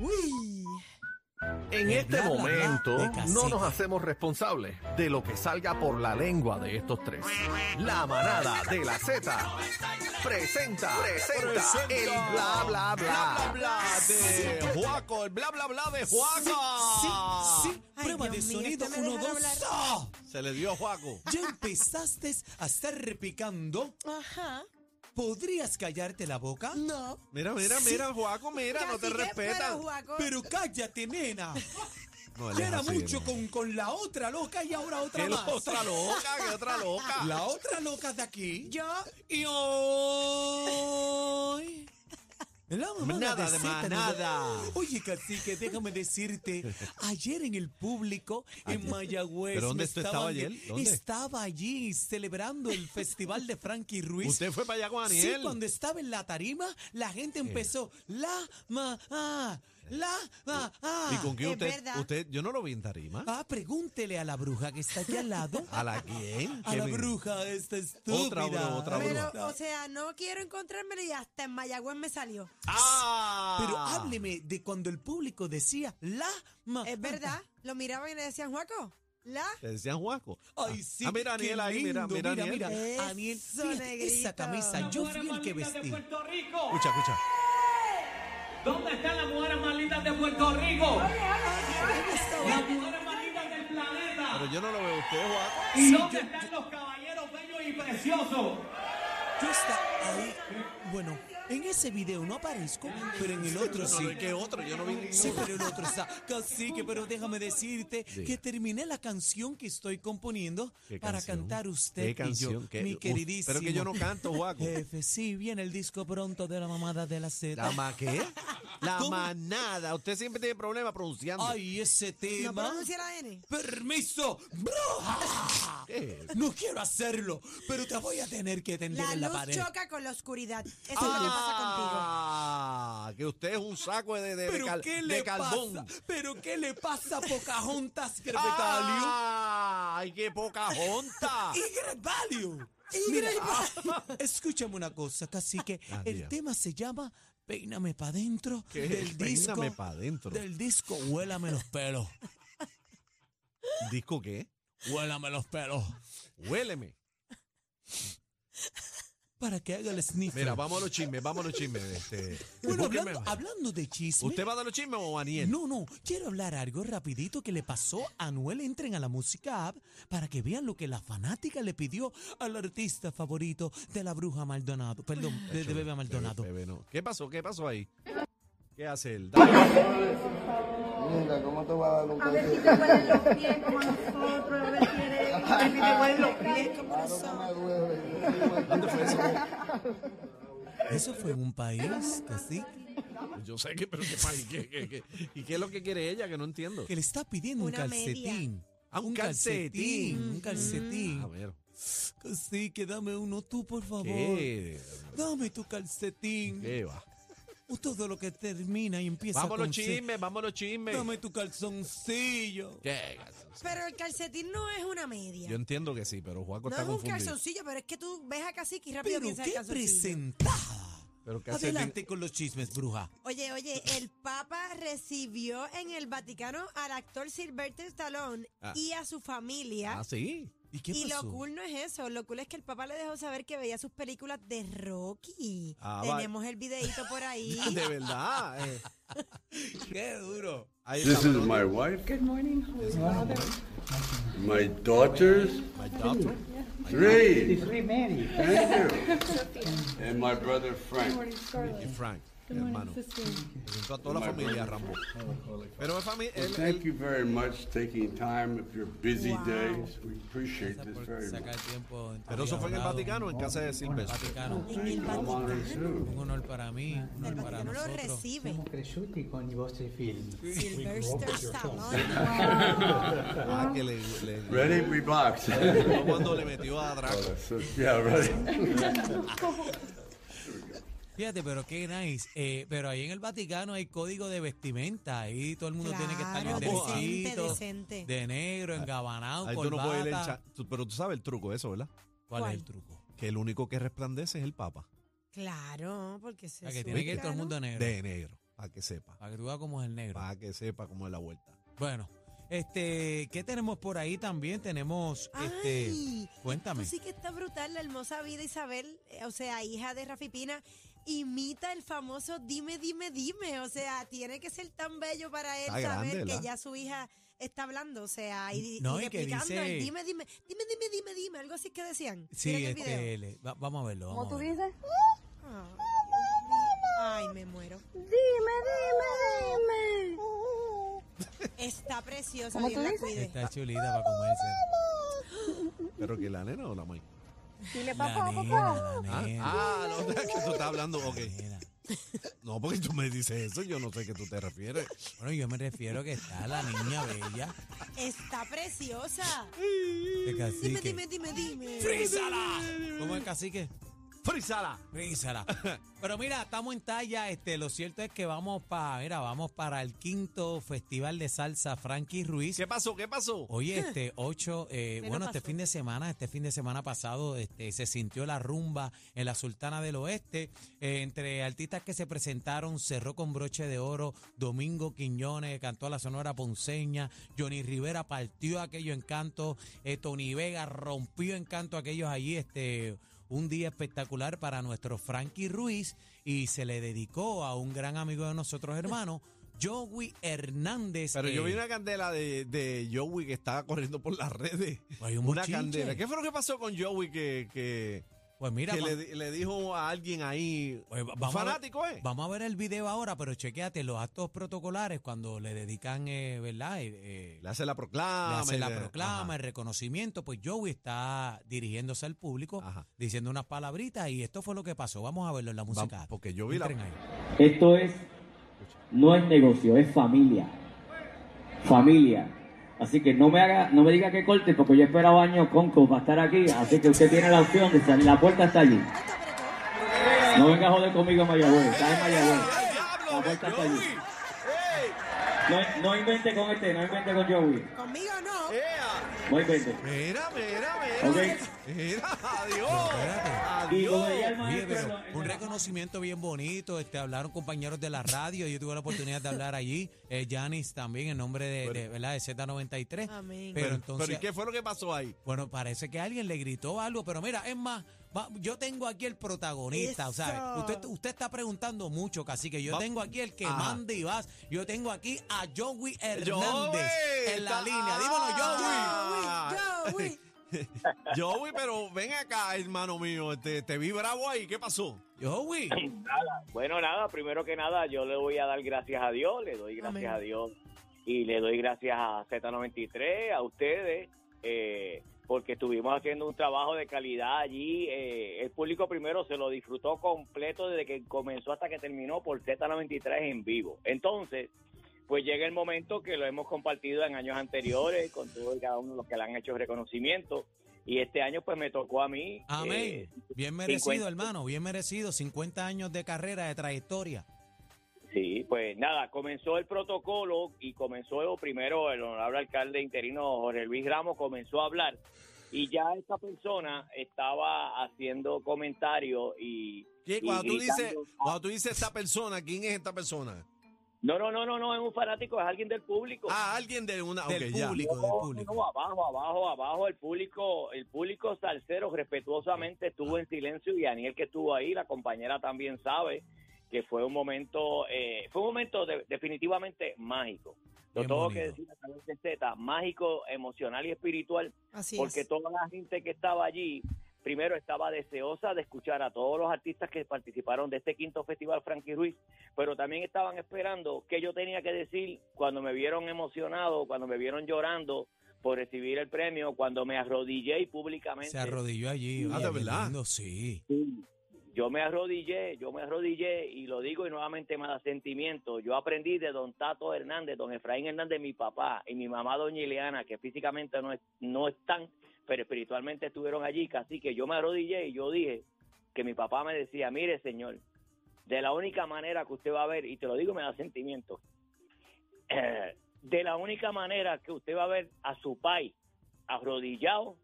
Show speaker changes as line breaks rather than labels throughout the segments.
Uy.
En este
bla, bla, bla
momento
de cacique.
no nos hacemos responsables de lo que salga por la lengua de estos tres. La manada de la Z presenta, presenta el bla bla
Bla, bla,
bla.
bla de Juaco, el bla, bla, bla de Juaco.
Sí, sí, sí. Ay,
Prueba
Dios
de
mío,
sonido,
este me
uno,
deja
dos,
hablar.
¡ah! Se le dio a Juaco. Ya empezaste a estar repicando.
Ajá.
¿Podrías callarte la boca?
No.
Mira, mira, mira, Juaco, mira, no te
Cacique,
respetan.
pero, Juaco.
Pero cállate, nena.
No, él
Ya
es
era
así,
mucho
¿no?
con, con la otra loca y ahora otra
¿Qué
más.
otra loca? ¿Qué otra loca?
La otra loca de aquí.
Yo.
Y hoy. La mamá
Nada de
Zeta,
manada.
¿no? Oye, cacique, déjame decirte, ayer en el público, en Mayagüez.
¿Pero dónde
me
usted estaba
estaban-
ayer? ¿Dónde?
Estaba allí celebrando el festival de Frankie Ruiz.
Usted fue para allá con
Sí,
Aniel.
cuando estaba en la tarima, la gente empezó, la, ma, ah, la, ma, ah.
¿Y con qué
Es
usted,
verdad.
usted? Yo no lo vi en tarima.
Ah, pregúntele a la bruja que está aquí al lado.
¿A la quién?
A la
Kevin?
bruja, esta estúpida.
bruja, otra bruja.
Pero, o sea, no quiero encontrármelo y hasta en Mayagüez me salió.
¡Ah!
Pero hábleme de cuando el público decía la ma.
Es verdad. Lo miraban y le decían, Juaco, la.
Te decían Juaco.
Ay, sí.
Ah, mira,
qué
Aniel ahí, mira,
lindo,
mira, Aniel.
Eso,
Aniel, fíjate
negrito.
esa camisa, yo fui el que
malditas de
vestí.
Puerto Rico.
Escucha, escucha.
¿Dónde están las mujeres malditas de Puerto Rico? Las mujeres malditas del planeta.
Pero yo no lo veo a usted, Juaco.
Sí,
¿Dónde
yo-
están los caballeros bellos y preciosos?
Yo estaba ahí. Bueno, en ese video no aparezco, pero en el otro sí.
No, ¿Qué otro? Yo no vi ninguno.
Sí, pero el otro está. Cacique, pero déjame decirte que terminé la canción que estoy componiendo
¿Qué
para
canción?
cantar usted
¿Qué
y
canción?
yo,
¿Qué?
mi
Uf,
queridísimo.
pero que yo no canto, Juaco.
Jefe, sí, viene el disco pronto de la mamada de la Z.
¿La ma qué? La
¿Cómo?
manada. Usted siempre tiene problemas pronunciando.
Ay, ese
¿No
tema.
pronuncia la N?
Permiso, bruja.
¿Qué?
No quiero hacerlo, pero te voy a tener que tender
La
en la
luz
pared.
choca con la oscuridad. Eso es lo que pasa contigo.
Ah, que usted es un saco de, de, de
¿Pero
cal-
qué
de
le
carbón.
pasa? ¿Pero qué le pasa a Pocahontas Grebetaliu?
Ah, ¡Ay, qué poca jonta!
Y Value. Mira, escúchame una cosa, cacique.
Ah,
el
diga.
tema se llama Peíname pa' dentro
¿Qué?
del disco.
Peíname pa' dentro.
Del disco Huélame los pelos.
¿Disco qué?
Huélame los pelos.
Huéleme.
Para que haga el sniffer.
Mira, vamos a los chismes, vamos a los chismes. Este,
bueno,
búsquenme-
hablando, hablando de chisme.
¿Usted va a dar los chismes o Aniel?
No, no, quiero hablar algo rapidito que le pasó a Anuel. Entren a la música app para que vean lo que la fanática le pidió al artista favorito de la bruja Maldonado. Perdón, de, de Bebe Maldonado.
Bebé, no. ¿Qué pasó? ¿Qué pasó ahí? ¿Qué hace él?
Mira, ¿cómo te voy a dar un
A ver si
consejo?
te huelen los pies como a nosotros, a ver si eres a mí me huelen los pies como nosotros.
Claro que me duele.
¿Dónde fue eso?
Eso fue en un país, cacique.
Yo sé que, pero qué país. ¿Qué, qué, qué? y qué es lo que quiere ella? Que no entiendo.
que le está pidiendo un
Una
calcetín.
Ah, un calcetín. Ah,
Un calcetín.
A ver.
Sí, que dame uno tú, por favor.
¿Qué?
Dame tu calcetín.
¿Qué va?
O Todo lo que termina y empieza
Vamos a
con
los
C.
chismes, vamos a los chismes.
Dame tu calzoncillo.
¿Qué?
Pero el calcetín no es una media.
Yo entiendo que sí, pero Juaco
no es
está
un
confundido.
calzoncillo, pero es que tú ves a Cacique y rápido
Pero
piensas en
qué
calzoncillo.
presentada.
Pero ¿qué hace el-
Adelante con los chismes, bruja.
Oye, oye, el Papa recibió en el Vaticano al actor Sylvester Stallone
Ah.
y a su familia.
Ah, sí.
¿Y qué
y
pasó?
lo cool no es eso, lo cool es que el papá le dejó saber que veía sus películas de Rocky.
Ah, va.
Tenemos el videito por ahí.
De verdad. eh.
Qué duro.
Ahí
This
está,
is
pero-
my wife. Good morning. My daughters,
My doctor.
three. Three, Mary. Thank you. And my brother Frank.
y Frank, mi hermano. Presentó a toda la
My
familia
brother.
Rambo. Pero es familia.
Well, thank you very much taking time of your busy days. We appreciate this very much.
Saca el tiempo. en tu
Pero
día
eso fue en el
bravo.
Vaticano, en casa de Silvestre.
Vaticano.
en el
I'm
Vaticano.
honored too.
Un honor para mí, un
El
honor para
Vaticano lo
nosotros.
recibe.
cresciuti con i vostri film.
Sylvester Stallone.
Ah, que le. le-
Ready? We box. Oh,
Fue cuando le metió a Draco.
that's so- yeah, ready.
Fíjate, pero qué nice. Eh, pero ahí en el Vaticano hay código de vestimenta. Ahí todo el mundo tiene que estar
Claro,
bien
decente,
derechito,
decente.
De negro, engabanado,
Ahí tú
corbata.
no puedes ir en cha- tú- Pero tú sabes el truco, de eso, ¿verdad?
¿Cuál es
¿Cuál?
el truco?
Que el único que resplandece es el Papa.
Claro, porque
O sea,
se
Ah, que tiene que ir todo el
suica, ¿no?
mundo negro.
De negro. Para que sepa.
Para que tú veas cómo es el negro.
Para que sepa cómo es la vuelta.
Bueno, este, ¿qué tenemos por ahí también? Tenemos,
Ay,
este, cuéntame.
Esto sí que está brutal, la hermosa vida Isabel, eh, o sea, hija de Rafi Pina, imita el famoso dime, dime, dime. O sea, tiene que ser tan bello para él
Está
saber
grande,
que
¿verdad?
ya su hija está hablando, o sea, y,
No,
y
y que
replicando
dice-
el dime, dime, dime, dime, dime, dime, algo así que decían.
Sí,
Miren el video.
este, le- va- vamos a verlo. Vamos a verlo.
dices?
Ay, Dios mío. Ay, me muero.
Dime, dime, dime.
Está preciosa,
¿Cómo
Dios
tú
la
dices?
cuide.
Está chulita para comerse.
Pero que la nena o la maíz.
Dile
La
papá, papá.
nena, la
Ah,
nena.
ah, no, que tú estás hablando. Ok.
nena.
No, porque tú me dices eso, yo no sé a qué tú te refieres.
Bueno, yo me refiero que está la niña bella
Está preciosa.
de
Dime,
cacique.
dime, dime, dime.
¡Frízala! ¿Cómo es cacique?
¡Frisala!
Frízala. Pero mira, estamos en talla. Este, lo cierto es que vamos para, mira, vamos para el quinto festival de salsa Frankie Ruiz.
¿Qué pasó? ¿Qué pasó?
Oye, este 8,
¿Qué
bueno,
le
este
pasó?
fin de semana, este fin de semana pasado, este, se sintió la rumba en la Sultana del Oeste. Eh, entre artistas que se presentaron, cerró con broche de oro, Domingo Quiñones, cantó a la Sonora Ponceña, Johnny Rivera partió aquello en canto, eh, Tony Vega rompió en canto aquellos allí, este. Un día espectacular para nuestro Frankie Ruiz y se le dedicó a un gran amigo de nosotros, hermano, Joey Hernández.
Pero yo
eh,
vi una candela de, de Joey que estaba corriendo por las redes.
Hay un
una
bochinche.
candela. ¿Qué fue lo que pasó con Joey que, que,
Pues mira,
que
pa-
le, di- le dijo a alguien ahí?
Pues va-
un
vamos a ver-
fanático, ¿eh?
Vamos a ver el video ahora, pero chequéate los actos protocolares cuando le dedican, eh, ¿verdad? Eh, eh,
Le hace la
le
proclama.
hacen
y
la
le-
proclama,
Ajá.
el reconocimiento. Pues Joey está dirigiéndose al público,
Ajá.
diciendo unas palabritas y esto fue lo que pasó. Vamos a verlo en la
Va-
música.
porque yo vi la.
Entren ahí.
Esto es, no es negocio, es familia. Familia. Así que no me haga, no me diga que corte, porque yo he esperado años Conco para estar aquí. Así que usted tiene la opción de salir, la puerta está allí.
Esto apretó.
No venga a joder conmigo, Mayagüez. Está en Mayagüez.
¡Ay, diablo!
La puerta está allí.
¡Joey!
No, no invente con este, no invente con Joey.
Conmigo no.
Eh,
¡Ea!
No invente.
Mira, mira, mira.
Ok.
Mira,
espérate.
Y como
adiós.
diría el
Adiós.
Oye,
maestro,
pero
el-
un
el-
reconocimiento bien bonito. Este, hablaron compañeros de la radio. Yo tuve la oportunidad de hablar allí. Eh, Janis también, en nombre de, de, ¿verdad? de Z93.
Amén.
Pero
¿Pero
entonces.
¿y qué fue lo que pasó ahí?
Bueno, parece que alguien le gritó algo, pero mira, es más, va- yo tengo aquí el protagonista, o sea,
Eso.
usted, usted está preguntando mucho, casi que yo
Va-
tengo aquí el que
Ajá.
manda y vas, yo tengo aquí a Joey Hernández
Joey,
en la
está-
línea, dímelo Joey.
Ah.
Joey, Joey.
Joey, pero ven acá, hermano mío. Te, te vi bravo ahí. ¿Qué pasó?
Joey,
Bueno, nada, primero que nada, yo le voy a dar gracias a Dios, le doy gracias
Amén.
a Dios y le doy gracias a Z93, a ustedes, eh, porque estuvimos haciendo un trabajo de calidad allí. eh, el público primero se lo disfrutó completo desde que comenzó hasta que terminó por Z93 en vivo. Entonces, pues llega el momento que lo hemos compartido en años anteriores con todos y cada uno de los que le han hecho reconocimiento. Y este año pues me tocó a mí. eh,
amén, bien merecido
50.
hermano, bien merecido, 50 años de carrera, de trayectoria.
Sí, pues nada, comenzó el protocolo y comenzó primero el honorable alcalde interino Jorge Luis Ramos comenzó a hablar y ya esta persona estaba haciendo comentarios y,
¿Qué?
y
Cuando tú,
gritando.
dices, cuando tú dices esta persona, ¿quién es esta persona?
No, no, no, no, no, es un fanático, es alguien del público.
Ah, alguien de una.
Del
ok, ya.
público.
No,
del
no,
público.
no, abajo, abajo, abajo, el público, el público salsero respetuosamente estuvo en silencio y Daniel que estuvo ahí, la compañera también sabe que fue un momento, eh, fue un momento de- definitivamente mágico. Lo
Bien
tengo
bonito.
que decir a través de Z, mágico, emocional y espiritual,
Así
porque
es.
toda la gente que estaba allí, primero estaba deseosa de escuchar a todos los artistas que participaron de este quinto festival Frankie Ruiz, pero también estaban esperando qué yo tenía que decir cuando me vieron emocionado, cuando me vieron llorando por recibir el premio, cuando me arrodillé y públicamente.
Se arrodilló allí, oye,
Ah, ¿de
bien
verdad?
lindo, sí.
Yo me arrodillé, yo me arrodillé y lo digo y nuevamente me da sentimiento. Yo aprendí de don Tato Hernández, don Efraín Hernández, mi papá y mi mamá doña Ileana, que físicamente no, es- no están, pero espiritualmente estuvieron allí. Así que yo me arrodillé y yo dije que mi papá me decía, mire señor, de la única manera que usted va a ver, y te lo digo y me da sentimiento, eh, de la única manera que usted va a ver a su país arrodillado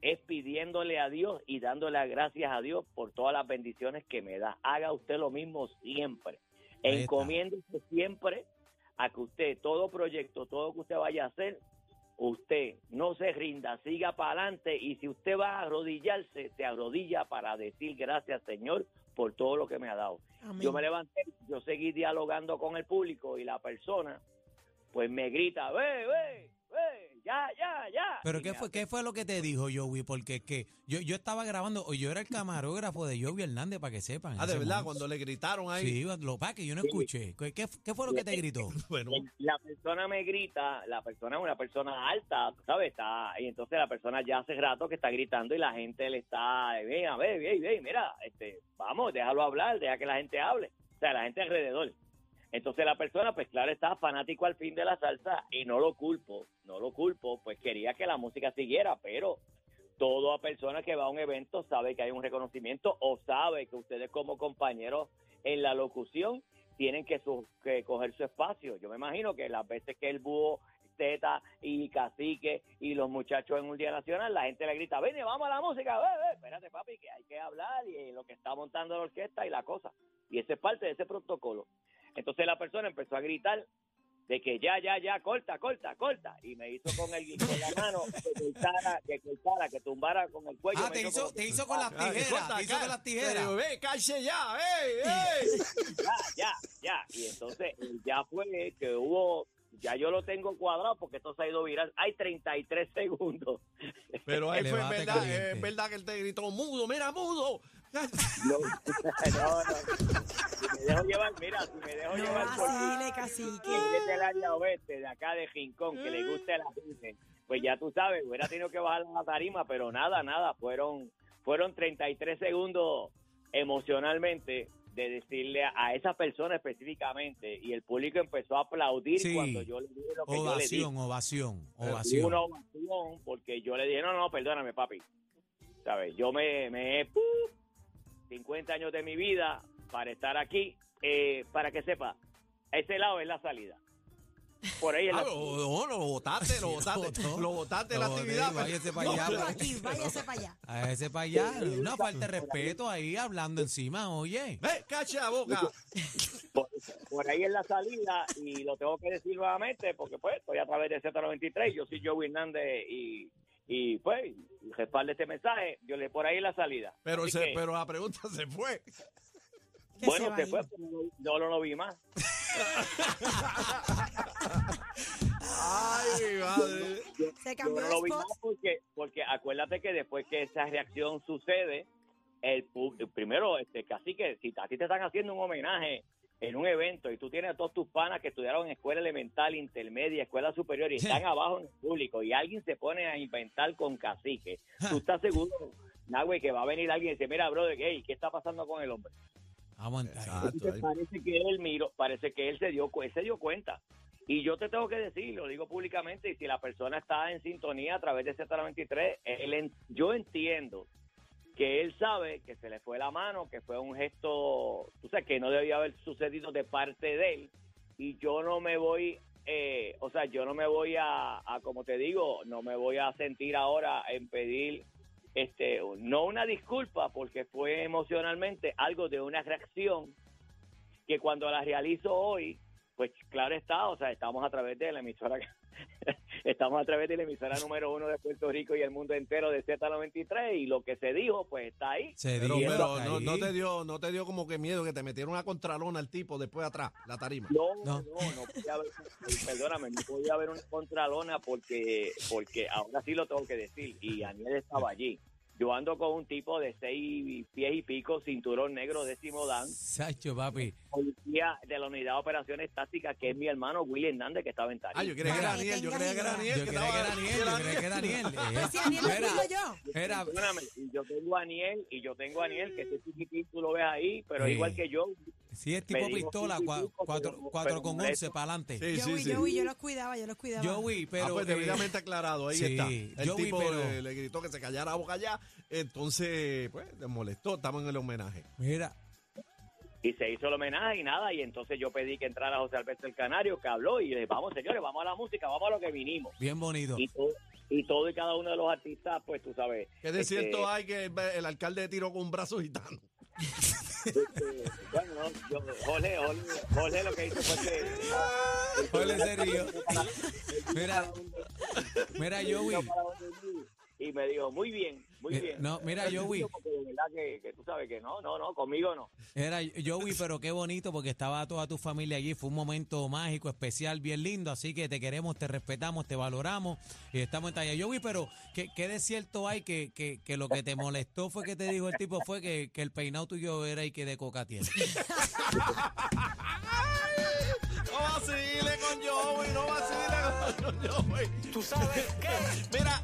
es pidiéndole a Dios y dándole las gracias a Dios por todas las bendiciones que me da. Haga usted lo mismo siempre.
Ahí está.
Encomiéndese siempre a que usted, todo proyecto, todo que usted vaya a hacer, usted no se rinda, siga para adelante y si usted va a arrodillarse, se arrodilla para decir gracias Señor por todo lo que me ha dado.
Amén.
Yo me levanté, yo seguí dialogando con el público y la persona pues me grita, ve, ve, ve, ya, ya, ya.
Pero
Y
¿qué
me
fue, ¿qué fue lo que te dijo Joey? Porque es que yo, yo estaba grabando, o yo era el camarógrafo de Joey Hernández, para que sepan. en
Ah, de
ese
verdad,
momento.
cuando le gritaron ahí.
Sí, lo pa, que yo no escuché. ¿Qué, qué- qué fue lo que te gritó?
Bueno,
la persona me grita, la persona es una persona alta, ¿sabes? Está, y entonces la persona ya hace rato que está gritando y la gente le está, eh, ven, a ver, ven, ven, mira, este, vamos, déjalo hablar, deja que la gente hable, o sea, la gente alrededor. Entonces la persona, pues claro, está fanático al fin de la salsa y no lo culpo, no lo culpo, pues quería que la música siguiera, pero toda persona que va a un evento sabe que hay un reconocimiento o sabe que ustedes como compañeros en la locución tienen que, su- que coger su espacio. Yo me imagino que las veces que el búho, Teta y Cacique y los muchachos en un día nacional, la gente le grita, ven, vamos a la música, ve, ve, espérate papi, que hay que hablar y eh, lo que está montando la orquesta y la cosa. Y eso es parte de ese protocolo. Entonces la persona empezó a gritar de que ya, ya, ya, corta, corta, corta. Y me hizo con, el, con la mano que cortara, que cortara, que tumbara con el cuello.
Ah,
Me
te hizo,
como-
te hizo con las
Ah,
tijeras,
corta,
te hizo con
cal-
las tijeras.
Pero, ve, cállese ya, ey, ey.
ya, ya, ya. Y entonces eh, ya fue que hubo, ya yo lo tengo cuadrado porque esto se ha ido viral. Hay 33 segundos.
Pero ahí fue
Elevate
verdad,
caliente.
es verdad que él te gritó mudo, mira, mudo.
No, no, no. Si me dejo llevar, mira, si me dejo
No
llevar por
vacile,
que es
cacique.
del área oeste, de acá de Rincón, que le gusta la gente, pues ya tú sabes, hubiera tenido que bajar la tarima, pero nada, nada, fueron, fueron 33 segundos emocionalmente de decirle a, a esa persona específicamente y el público empezó a aplaudir
Sí.
cuando yo le dije lo que yo le dije.
Ovación, ovación,
Hubo
ovación.
una ovación porque yo le dije, no, no, perdóname, papi. ¿Sabes? Yo me, me he 50 años de mi vida para estar aquí. eh, para que sepa, ese lado es la salida. Por ahí es
Ah,
la
lo, no, lo
Sí,
botaste, lo
lo
botaste,
botó.
lo botaste de la
Lo boté,
actividad. pero-
váyase para allá,
No,
para-
Mm. Aquí, váyase para allá.
A ese para allá, una falta de respeto ahí hablando encima, oye.
Ve, cállese la boca.
por, por ahí es la salida y lo tengo que decir nuevamente porque pues estoy a través de Z93, yo soy Joe Hernández y, y pues respalde este mensaje, yo le por ahí es la salida.
Pero,
Así
se,
que,
pero la pregunta se fue.
Que se
bueno,
va a
se
ir.
fue, pero no, no lo no vi más.
Ay, madre.
Se
Yo
cambió
no
de
lo vi
spot.
más porque, porque acuérdate que después que esa reacción sucede, el pu- primero, este, casi que si a ti te están haciendo un homenaje en un evento y tú tienes a todos tus panas que estudiaron en escuela elemental, intermedia, escuela superior y están abajo en el público y alguien se pone a inventar con cacique, ¿tú estás seguro, Nahue, que va a venir alguien y dice, mira, brother, hey, ¿qué está pasando con el hombre?
Aguanta. ahí.
Exacto,
Entonces,
ahí.
parece que él miró, parece que él se dio, cu- él se dio cuenta. Y yo te tengo que decir, lo digo públicamente, y si la persona está en sintonía a través de Z93, él en- yo entiendo que él sabe que se le fue la mano, que fue un gesto, tú sabes, que no debía haber sucedido de parte de él, y yo no me voy, eh, o sea, yo no me voy a, a, como te digo, "Oh, no me voy a sentir ahora en pedir, este, no una disculpa, porque fue emocionalmente algo de una reacción que cuando la realizo hoy, pues claro está, o sea, estamos a través de la emisora, estamos a través de la emisora número uno de Puerto Rico y el mundo entero de Z93 y lo que se dijo, pues está ahí.
Se
Pero,
dio
pero
ahí.
no, no te dio, no te dio como que miedo que te metieron una contralona al tipo después atrás, la tarima.
No,
No.
no, no, podía haber, perdóname, no podía haber una contralona porque, porque ahora sí lo tengo que decir. Y Daniel estaba allí. Yo ando con un tipo de seis pies y pico, cinturón negro, décimo dan,
Sacho, papi.
policía de la unidad de operaciones tácticas, que es mi hermano Willy Hernández, que estaba en Tarima.
Ah, yo creía que
Para
era
que
Daniel, yo
tengas
creía que era
idea.
Daniel.
Yo creía
que
que
estaba-
era Daniel, yo creía que era Daniel. eh.
Pues Si Daniel lo
Era-
digo yo.
Era,
Perdóname, y yo tengo a Aniel y yo tengo a Aniel, que ese chiquitín tú lo ves ahí, pero
Sí.
igual que yo.
sí, es tipo
Me dijo,
pistola,
sí, sí,
cua-
sí, pero-
cuatro
pero
cuatro con
molesto.
11 para adelante.
Sí, sí,
Joey,
sí.
Joey, yo los cuidaba, yo los cuidaba.
Joey, pero.
Ah, pues
eh,
debidamente aclarado, ahí
sí,
está. El
yo vi,
tipo
pero-
le, le gritó que se callara la boca ya, entonces, pues, le molestó, estamos en el homenaje.
mira,
Y se hizo el homenaje y nada, y entonces yo pedí que entrara José Alberto el Canario, que habló y le dije, vamos señores, vamos a la música, vamos a lo que vinimos.
bien bonito.
Y todo, y todo y cada uno de los artistas, pues tú sabes.
¿Qué de
este,
cierto hay que el, el alcalde tiró con un brazo gitano?
Bueno, no, yo, Jorge, Jorge, Jorge lo que hizo fue que...
Jorge se rió. Mira, mira, Joey.
Y me dijo, muy bien, muy
Eh,
bien.
no, mira,
Pero
Joey.
porque de verdad que, que tú sabes que no, no, no, conmigo no.
Era Joey, pero qué bonito porque estaba toda tu familia allí. Fue un momento mágico, especial, bien lindo. Así que te queremos, te respetamos, te valoramos y estamos en talla. Joey, pero ¿qué, qué de cierto hay que, que, que lo que te molestó fue que te dijo el tipo fue que, que el peinado tuyo era y que de coca tiene?
No vacile con Joey, no vacile con Joey. ¿Tú sabes qué? Mira.